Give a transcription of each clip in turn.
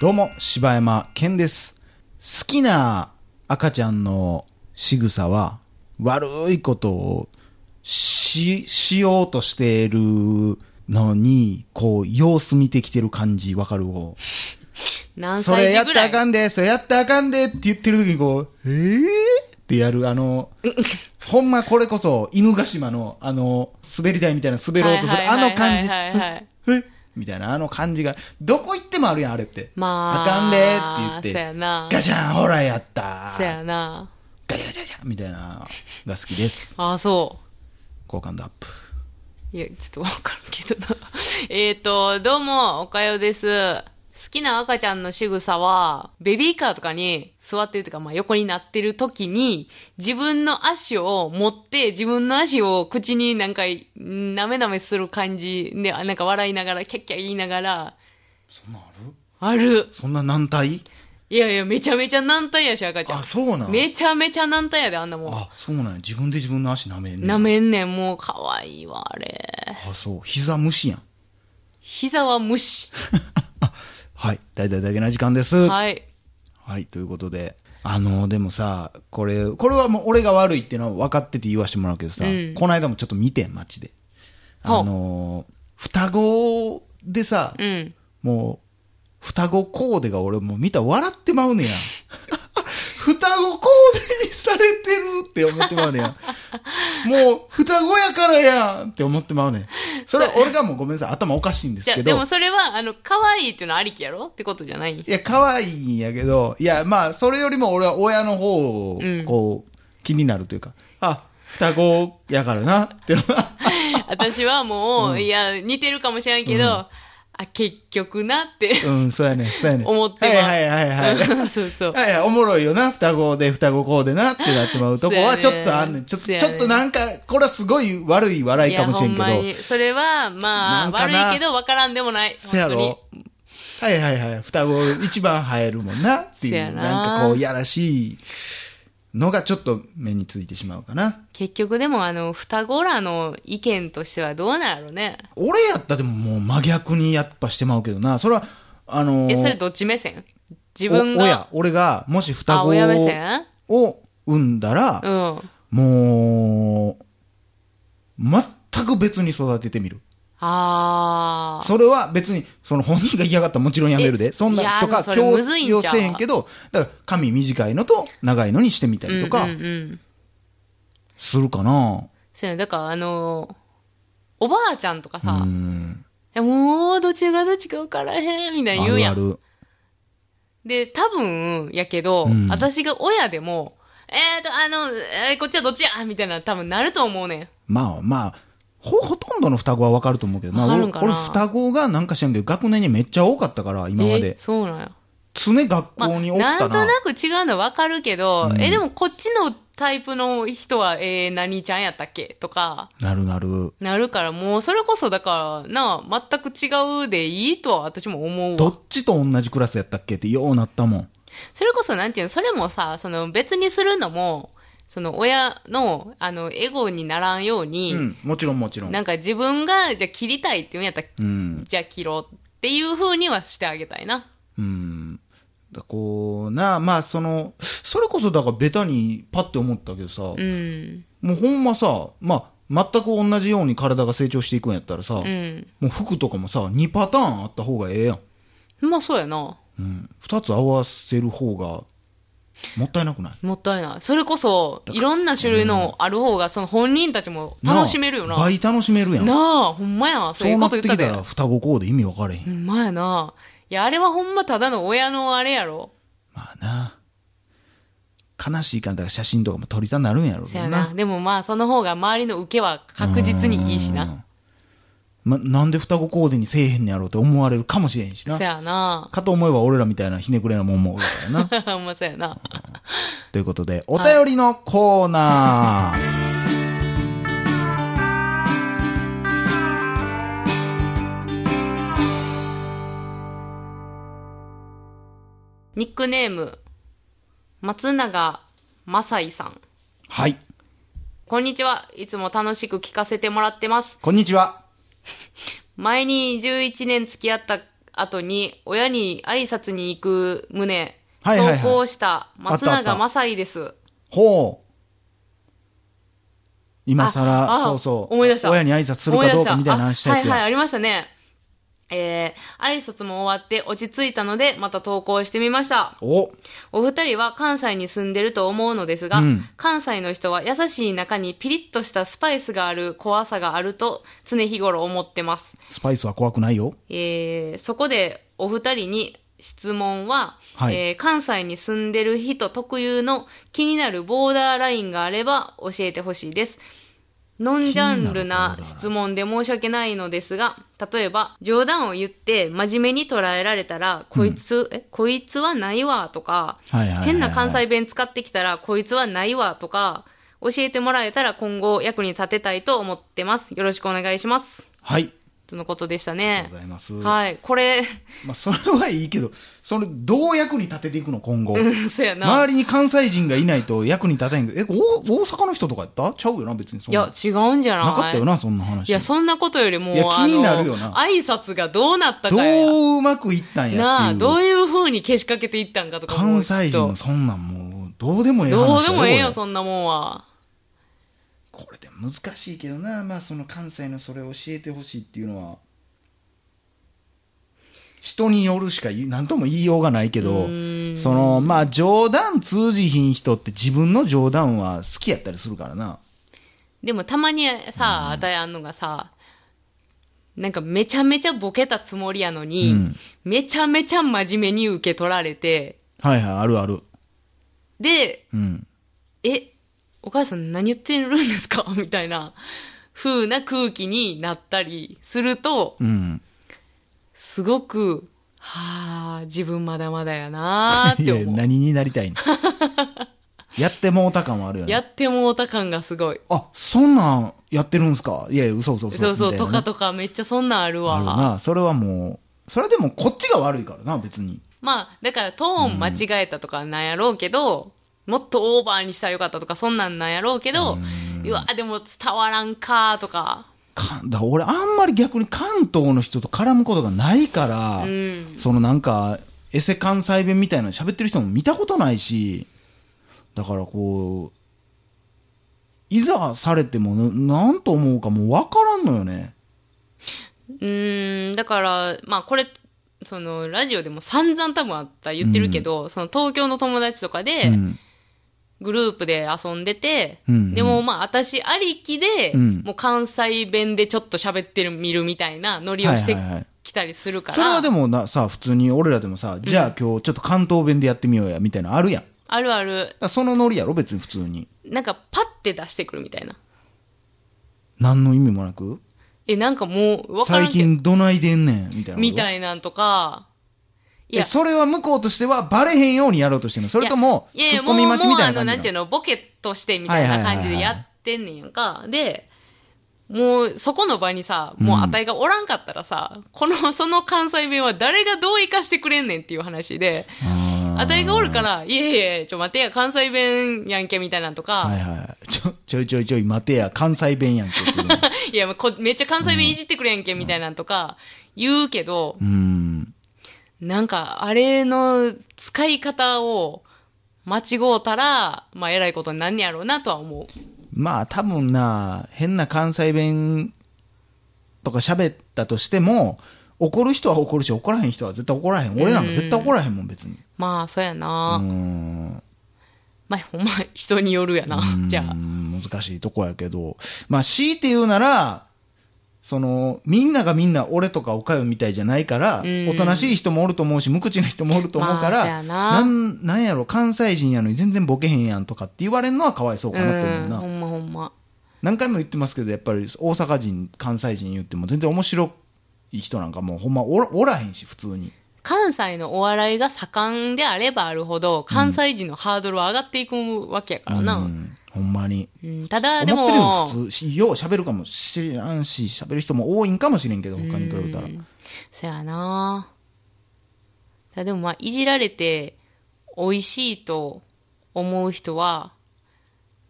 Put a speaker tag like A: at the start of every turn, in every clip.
A: どうも、柴山健です。好きな赤ちゃんの仕草は、悪いことをし、しようとしているのに、こう、様子見てきてる感じ、わかる方。
B: 何
A: そ
B: 歳
A: れや
B: 児
A: っ
B: ぐ
A: たらあ
B: らい
A: かんで、それやったらあかんでって言ってる時にこう、えぇ、ってやる、あ の、ほんまこれこそ、犬ヶ島の、あの、滑り台みたいな滑ろうとす
B: はい
A: る、
B: は
A: あ
B: いはい
A: の感じ、
B: はいはいはい
A: えっみたいな、あの感じが、どこ行ってもあるやん、あれって。あ
B: まあ
A: かんでって
B: そう
A: 言
B: や
A: って、
B: な
A: ガチャン、ほらやった
B: そやな
A: ガチャガチャガチャみたいな、が好きです。
B: ああそ
A: 好感度アップ。
B: ういやちょっとわからんけどな えっとどうもおかよです好きな赤ちゃんの仕草は、ベビーカーとかに座ってるというか、まあ横になってる時に、自分の足を持って、自分の足を口になんか、なめなめする感じで、あなんか笑いながら、キャッキャ言いながら、
A: そんなんある
B: ある。
A: そんな軟体
B: いやいや、めちゃめちゃ軟体やし、赤ちゃん
A: あ、。そうなん
B: めちゃめちゃ軟体やで、あんなもん。
A: あ、そうなんや自分で自分の足舐めんねん
B: なめんねん、もう可愛いわ、あれ。
A: あ、そう。膝虫やん。
B: 膝は無視。
A: はい。大体だけな時間です。はい。
B: はい。
A: ということで。あのでもさ、これ、これはもう俺が悪いっていうのは分かってて言わしてもらうけどさ、
B: うん
A: この間もちょっと見てん、街で。
B: ほう
A: あのー双子でさ、
B: うん。
A: もう、双子コーデが俺もう見たら笑ってまうねや。 双子コーデにされてるって思ってまうねや。もう、双子やからやんって思ってまうねん。それは俺がもうごめんなさい、頭おかしいんです
B: じゃ
A: け
B: あ、
A: ど。
B: でもそれは、あの、可愛いっていうのはありきやろってことじ ゃない
A: いや、可愛いんやけど、いや、まあ、それよりも俺は親の方を
B: うん、
A: こう、気になるというか、あ、双子やからなって。
B: 私はもう、いや、似てるかもしれんけど、
A: うん
B: あ、結局なって
A: うん、そうやねん、そうやねん。
B: 思ってまう
A: はいはいはいはい。
B: そうそう。
A: はいはい、おもろいよな、双子で双子こうでなってなってまうとこはち
B: そ
A: ょ
B: うやね
A: っとあんねん。ちょっと、
B: そうや
A: ち
B: ね
A: ょっとなんか、これはすごい悪い笑いかもしれんけど。
B: いや、ほんまに。
A: は
B: それは、ま
A: な
B: あ、
A: んか
B: 悪
A: ない
B: けど分からんでもない。
A: せやろ
B: 本
A: いはいはい、双子一番映えるもんなってい
B: そうや
A: う、
B: な
A: なんかこう、やらしいのがちょっと目についてしまうかな。
B: 結局でも、あの、双子らの意見としてはどうなんやろね。
A: 俺やったらでももう真逆にやっぱしてまうけどな。それは、あのー
B: え、それどっち目線自分
A: お
B: が。
A: 親、俺がもし双
B: あ、
A: 子
B: 親目線
A: を産んだら、
B: うん。
A: もう、全く別に育ててみる。
B: ああ。
A: それは別に、その本人が嫌がったらもちろんやめるで。
B: え
A: そん
B: い
A: な
B: や
A: とか、
B: でもそれ
A: 強
B: むずいんちゃう
A: 要せえへんけど、だから髪短いのと長いのにしてみたりとか
B: うんうんうん。
A: するかな。
B: そうやねだからあのーおばあちゃんとか
A: う
B: さ、い
A: ん。
B: やもうどっちがどっちか分からへんみたいな
A: あ
B: 言う
A: る
B: やん。
A: ある。
B: で、多分やけど、
A: うん
B: 私が親でも、えーと、あの、えーこっちはどっちやみたいな、多分なると思うねん。
A: まあまあ、ほ、ほとんどの双子はわかると思うけど、まあ
B: わか
A: 俺、
B: るんかな
A: 俺双子がなんか知らんけど、学年にめっちゃ多かったから、今ま
B: え
A: で。
B: そうなんや。
A: 常学
B: まあ、
A: 校におったな。
B: なんとなく違うの分かるけど、
A: うん
B: え、でもこっちのタイプの人は、えー何ちゃんやったっけとか、
A: なるなる。
B: なるから、もうそれこそだから、なあ、全く違うでいいとは私も思う
A: ど
B: わ。
A: っちと同じクラスやったっけってようなったもん。
B: それこそなんていうの、それもさ、その別にするのも、その親の、あの、エゴにならんよう
A: う
B: に、
A: ん、もちろんもちろん。
B: なんか自分が、じゃあ切りたいって言うんやったら、
A: うん。
B: じゃあ切ろうっていう風にはしてあげたいな。
A: うん。だこうな、まあその、それこそだからベタにパッて思ったけどさ、
B: うん。
A: もうほんまさ、まあ全く同じように体が成長していくんやったらさ、
B: うん。
A: もう服とかもさ、2パターンあった方がええやん。
B: まあそうやな。
A: うん。2つ合わせる方が、もったいなくない
B: もったいない。それこそ、いろんな種類のある方が、その本人たちも楽しめるよな。
A: あ
B: な
A: 倍楽しめるやん。
B: あ、ほんまや。そう
A: そ
B: いうう
A: な
B: こ
A: って
B: と言っ
A: き
B: たで
A: た。ら双子こうで意味分かれへん。
B: ほんまやな。いや、あれはほんまただの親のあれやろ。
A: まあな。悲しいから、だから写真とかも撮りたなるんやろうけ
B: そ
A: ど
B: やな。でもまあ、その方が周りの受けは確実にいいしな。
A: ま、なんで双子コーデにせえへんねやろうって思われるかもしれんしな
B: そ。やな。
A: かと思えば俺らみたいなひねくれなもんもおるからな。
B: ほんまそうやな。
A: ということで、お便りのコーナー。
B: ニックネーム、松永正井さん。
A: はい。
B: こんにちは。いつも楽しく聞かせてもらってます。
A: こんにちは。
B: 前に11年付き合った後に、親に挨拶に行く旨、
A: はいはいはい
B: 投稿した松
A: あったあ
B: 永
A: った
B: 正井です。
A: ほう。今更
B: ああ
A: そうそう。
B: 思い出した
A: 親に挨拶するかどうかみたいな話したやつ
B: あはいはい、
A: や。
B: ありましたね。えー、挨拶も終わって落ち着いたので、また投稿してみました。
A: お
B: お二人は関西に住んでると思うのですが、
A: うん
B: 関西の人は優しい中にピリッとしたスパイスがある怖さがあると常日頃思ってます。
A: スパイスは怖くないよ。
B: えーそこでお二人に質問は、
A: はい
B: えー関西に住んでる人特有の気になるボーダーラインがあれば教えてほしいです。ノンジャンルな質問で申し訳ないのですが、例えば、冗談を言って真面目に捉えられたら、こいつ、え、こいつはないわ、とか、
A: はいはいはいはい
B: 変な関西弁使ってきたら、こいつはないわ、とか、教えてもらえたら今後役に立てたいと思ってます。よろしくお願いします。
A: はい。
B: とのことでした
A: あり
B: ね
A: がとう。ございます。
B: はい、これ、
A: まあ、それはいいけど、それ、どう役に立てていくの、今後。
B: うん、そうやな。
A: 周りに関西人がいないと役に立たへんけど、え、お大阪の人とかやったちゃうよな、別にそ
B: い
A: んな。
B: や、違うんじゃない
A: なかったよな、そんな話。
B: いや、そんなことよりも、
A: いや気になるよ
B: あの
A: な
B: 挨拶がどうなった
A: ど
B: かや。
A: ううまくいったんやっていう。
B: なあ、どういう風にけしかけていったんかとかも
A: 関
B: うち
A: 西
B: ょっと
A: 人のそんなんもう、どうでもええ話だ
B: どうでもええよ、
A: こ
B: そんなもんは。
A: れこれでも難しいけどな、まあその関西のそれを教えてほしいっていうのは、人によるしか言いなんとも言いようがないけど、その、まあ冗談通じひん人って自分の冗談は好きやったりするからな。
B: でもたまにさ、あたやんのがさ、なんかめちゃめちゃボケたつもりやのに、
A: うん
B: めちゃめちゃ真面目に受け取られて、
A: はいはい、あるある。
B: で、
A: うん。
B: え、お母さん何言ってるんですか みたいな風な空気になったりすると、
A: うん。
B: すごく、はあ、自分まだまだやなーっ
A: い
B: て
A: や、
B: 思う。
A: 何になり たいのやってもうた感はあるよ
B: や
A: ね。
B: ってもうた感がすごい。
A: あ、そんなんやってるんすかいやいや、嘘嘘嘘。
B: そうそう、
A: みたい
B: と
A: なね
B: かとかめっちゃそんなんあるわ。
A: あるな。それはもう、それでもこっちが悪いからな、別に。
B: まあ、だからトーン間違えたとかなんやろうけど、もっとオーバーにしたらよかったとかそんなんなんやろうけど、うわ、でも伝わらんかーとか。
A: かだから俺あんまり逆に関東の人と絡むことがないから、
B: うん。
A: そのなんか、エセ関西弁みたいなの喋ってる人も見たことないし、だからこう、いざされてもな、なんと思うかもうわからんのよね。
B: うーん、だから、まあこれ、その、ラジオでも散々多分あった言ってるけど、その東京の友達とかで、
A: うん。
B: グループで遊んでて、
A: うんうん
B: でもまあ私ありきで、
A: うん
B: もう関西弁でちょっと喋ってる、見るみたいなノリをしてきたりするから、
A: それはでもな、さ、普通に俺らでもさ、じゃあ今日ちょっと関東弁でやってみようや、みたいなのあるやん。だか
B: あるある、
A: らそのノリやろ、別に普通に。
B: なんかパッて出してくるみたいな。
A: 何の意味もなく。
B: え、なんかもう、わから
A: 最
B: んけど、
A: 近どないでんねん、みたいなこと。
B: みたいなんとか、い
A: え
B: や、
A: それは向こうとしてはバレへんようにやろうとしてるのそれとも、
B: いやい
A: ツ
B: や、
A: ッ
B: も
A: コ
B: う、
A: ミ
B: もう
A: 待ちみた
B: あ
A: いな感じ
B: の、なんていう
A: の
B: の、ボケとしてみたいな感じでやってんねんやんか。で、もう、そこの場にさ、もう、あたいがおらんかったらさ、この、その関西弁は誰がどう生かしてくれんねんっていう話で、
A: あー
B: あたいがおるから、いやいやいや、ちょ待てや、関西弁やんけみたいなんとか、
A: はいはい。ちょ、ちょいちょいちょい、待てや、関西弁やんけっていうの。
B: い、やこ、めっちゃ関西弁いじってくれやんけみたいなんとか、言うけど、
A: うーん。
B: なんか、あれの使い方を間違うたら、まあ、えらいことになんねやろうなとは思う。
A: まあ、多分な、変な関西弁とか喋ったとしても、怒る人は怒るし、怒らへん人は絶対怒らへん。俺なんか絶対怒らへんもん、別に。
B: まあ、そうや
A: うー
B: な。
A: ん。
B: まあ、ほんま、人によるやな。 じゃ
A: うー
B: あ。
A: ん難しいとこやけど。まあ、強いて言うなら、その、みんながみんな俺とかおかよみたいじゃないから、
B: うん
A: おとなしい人もおると思うし、無口な人もおると思うか
B: まあ
A: ら、
B: そやな
A: なん、なんやろ、関西人やのに全然ボケへんやんとかって言われるのはかわいそう
B: う、
A: かなと思うんな。
B: ほんまほんま。
A: 何回も言ってますけど、やっぱり大阪人、関西人言っても全然面白い人なんかもうほんまおらおらへんし、普通に。
B: 関西のお笑いが盛んであればあるほど、関西人のハードルは上がっていくわけやからな。う
A: うんん、ほんまに。
B: ただ、で
A: 思ってるよ
B: も、
A: 普通しよう喋るかもしらんし喋る人も多いんかもしれんけど他に比べたら
B: そやなただでもまあ、いじられて、美味しいと思う人は、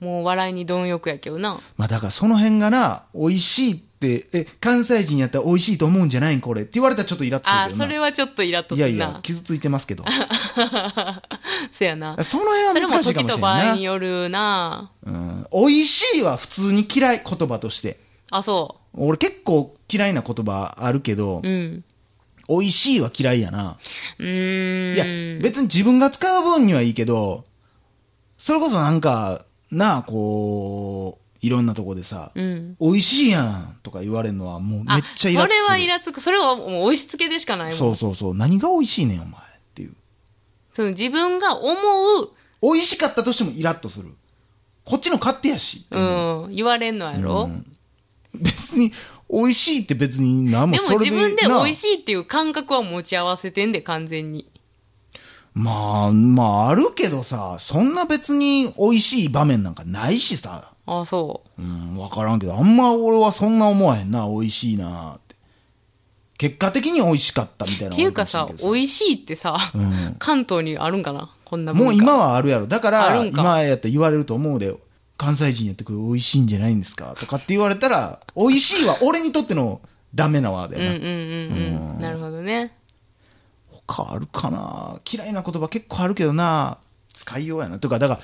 B: もう笑いに貪欲やけどな。
A: まあだからその辺がな、美味しいっって、え、関西人やったら美味しいと思うんじゃないんこれって言われたらちょっとイラッとする
B: あ
A: け
B: ー、
A: どな。
B: それはちょっとイラッと
A: い
B: す
A: や
B: る
A: い
B: な。
A: や、傷ついてます けど。
B: そやな。
A: その辺は難し
B: そ
A: い
B: れ
A: かも
B: も時
A: し
B: と
A: れ
B: 場合
A: ない
B: に
A: な。
B: よるな。
A: うん、美味しいは普通に嫌い、言葉として。
B: あ、そ
A: 俺結構嫌いな言葉あるけど、
B: う。うん。
A: 美味しいは嫌いやな。
B: うーん。
A: いや、別に自分が使う分にはいいけど、それこそなんか、なあ、こう、いろんなとこでさ、
B: うん。
A: 美味しいやんとか言われるのはもうめ
B: あ
A: っちゃイラ
B: そ
A: つく
B: れはイラつく。それはもう押し付けでしかないもん。
A: そうそうそう。何が美味しいねん、お前っていう。
B: その自分が思う、
A: 美味しかったとしてもイラッとする。こっちの勝手やし。
B: うん、言われんのやろ、
A: うん別に、美味しいって別に何も
B: で
A: そ
B: も
A: れで
B: 自分で美味
A: い。
B: しいっていう感覚は持ち合わせてんで、完全に。
A: まあ、まああるけどさ、そんな別に美味しい場面なんかないしさ。
B: あ、そう。
A: うん、わからんけど、あんま俺はそんな思わへんな、美味しいなって。結果的に美味しかったみたいな
B: っ
A: の
B: て
A: は
B: いう
A: ある
B: か
A: もしれん
B: さ
A: けど、
B: 美味しいってさ、
A: ん
B: 関東にあるんかなこんな文
A: も
B: 化
A: う今はあるやろ。だから、
B: あるんか
A: 今やったら言われると思うで、関西人やってこれ美味しいんじゃないんですかとかって言われたら、美味しいは俺にとってのダメなワード
B: うんう
A: やな。
B: んうんうん。なるほどね。
A: 他あるかな嫌いな言葉結構あるけどな使いようやな。とか、だから、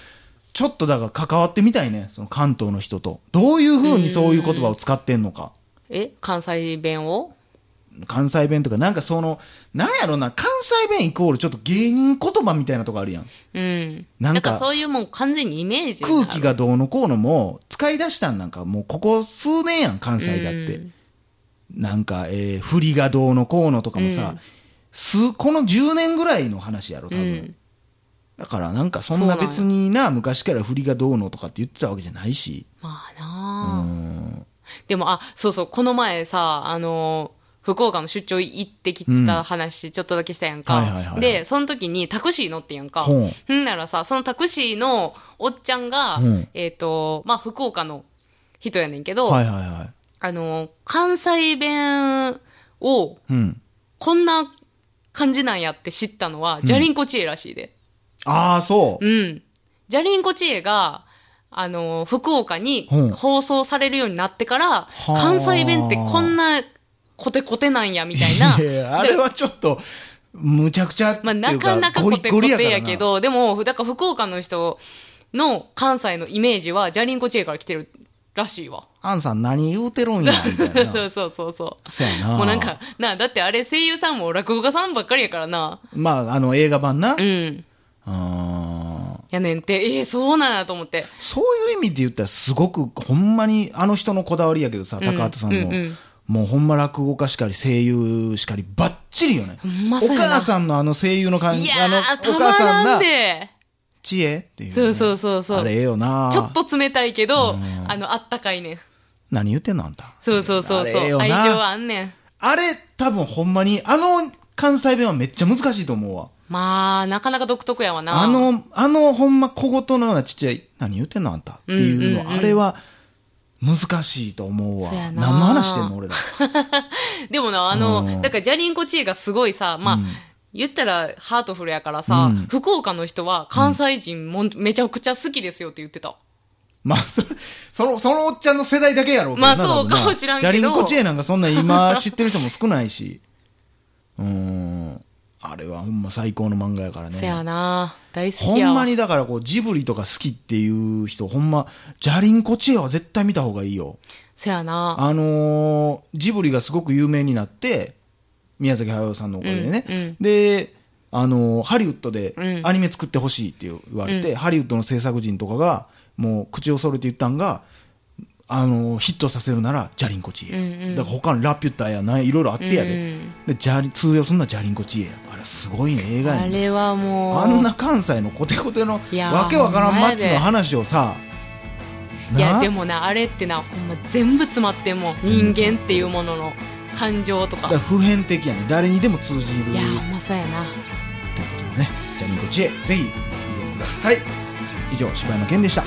A: ちょっとだから関わってみたいね。その関東の人と。どういう風にそういう言葉を使ってんのか。
B: え関西弁を
A: 関西弁とか、なんかその、なんやろな、関西弁イコールちょっと芸人言葉みたいなとこあるやん。
B: うん。
A: なんか
B: だからそういうもう完全にイメージになる
A: 空気がどうのこうのも、使い出したんなんかもうここ数年やん、関西だって。
B: うん
A: なんか、えー、振りがどうのこうのとかもさ、
B: うん
A: す、この10年ぐらいの話やろ、多分。
B: うん
A: だからなんかそんな
B: そうなんや
A: 別にな、昔から振りがどうのとかって言ってたわけじゃないし。
B: まあ
A: う
B: なあ、
A: ん。
B: でも、あ、そうそう、この前さ、あのー福岡の出張行ってきた話、ちょっとだけしたやんか、
A: はいはいはい
B: で、その時にタクシー乗ってんやんか。
A: ほ
B: んならさ、そのタクシーのおっちゃんが、
A: ほう
B: えっ、と、まあ、福岡の人やねんけど、
A: はいはいは
B: あのー関西弁を
A: い。うん。
B: こんな感じなんやって知ったのは、ジャリンコ知恵らしいで。
A: ああ、そう。
B: うん。ジャリンコ知恵が、あの、福岡に
A: うん
B: 放送されるようになってから、
A: あ
B: 関西弁ってこんなコテコテなんや、みたい な。
A: いやあれはちょっと、むちゃくちゃっていう
B: ま
A: か
B: あ、なかなかコテコ
A: ゴリゴ
B: テ
A: リ
B: やけ
A: からな。
B: ど、でも、だから福岡の人の関西のイメージは、ジャリンコ知恵から来てるらしいわ。
A: アンさん何言うてるんや、みたい
B: そ
A: な。
B: うそうそうそう。
A: そうやな。
B: もうなんか、なあ、だってあれ声優さんも落語家さんばっかりやからな。
A: まあ、あの、映画版な。う
B: うん。
A: ーん。
B: やねんって、ええそうなんやと思って。
A: そういう意味で言ったら、すごく、ほんまに、あの人のこだわりやけどさ、
B: ん
A: 高畑さんの、
B: うんうん
A: もうほんま落語家しかり、声優しかり、ばっちりよね。
B: んま
A: お
B: そうやな
A: 母さんのあの声優の感
B: い
A: じ、
B: や
A: あの、
B: ー、た
A: お
B: ま
A: 母さん
B: ら
A: が、
B: んで。
A: 知恵っていうね、
B: そうそうそうそう
A: あれええよな
B: ちょっ。と冷たいけど、
A: うん
B: あの、あったかいねん。
A: 何言ってんのあんた。
B: そうそうそう
A: あれ
B: そ
A: ええよ
B: う。
A: な
B: 愛情はあんねん。
A: あれ、多分ほんまに、あの関西弁はめっちゃ難しいと思うわ。
B: まあ、なかなか独特やわな。
A: あ、の、あのほんま小言のようなちっちゃい、何言ってんのあんたっていうの、
B: うんうんうん
A: あれは難しいと思うわ。
B: そや
A: 何
B: な
A: の話してんの俺ら。
B: でもな、あ
A: うん
B: の、だから、ジャリンコ知恵がすごいさ、まあ、言ったら、ハートフルやからさ、
A: うん
B: 福岡の人は関西人もんめちゃくちゃ好きですよって言ってた。
A: まあ、それ、その、そのおっちゃんの世代だけやろうけど
B: まあ
A: な多分な
B: そうかもしらんけど
A: ジャリンコ知恵なんかそんな今知ってる人も少ないし。うーん。あれはほんま最高の漫画やから
B: せや
A: ね。
B: な。大好
A: ほ
B: きやわ。
A: んまにだからこう、ジブリとか好きっていう人、ほんま、ジャリンコ知恵は絶対見た方がいいよ。
B: せやな。
A: あのージブリがすごく有名になって、宮崎駿さんのおかげでね。
B: うんうん
A: で、あのーハリウッドで
B: うん
A: アニメ作ってほしいって言われて、ハリウッドの制作人とかが、もう口を揃えて言ったんが、あのーヒットさせるなら、ジャリンコ知恵。
B: うんうん
A: だから他のラピュタやない、いろいろあってやで。
B: うん
A: で、ジャリ、通用するのはジャリンコ知恵や。あれすごいね、映画や
B: あ
A: ね
B: れはもう、
A: あんな関西のコテコテの
B: いやー
A: わけわからん
B: ほんまや
A: 街
B: で
A: の話をさ、
B: いや
A: な
B: でもなあれってなほんま全部詰まってんもん
A: 全部
B: 人
A: 詰
B: 間っていうものの感情とか
A: だから普遍的やね。誰にでも通じる。
B: いやほんまそうやな
A: ということでねジャニーコ知恵ぜひ見てください以上柴山健でした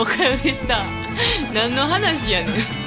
B: おかよでした何の話やねん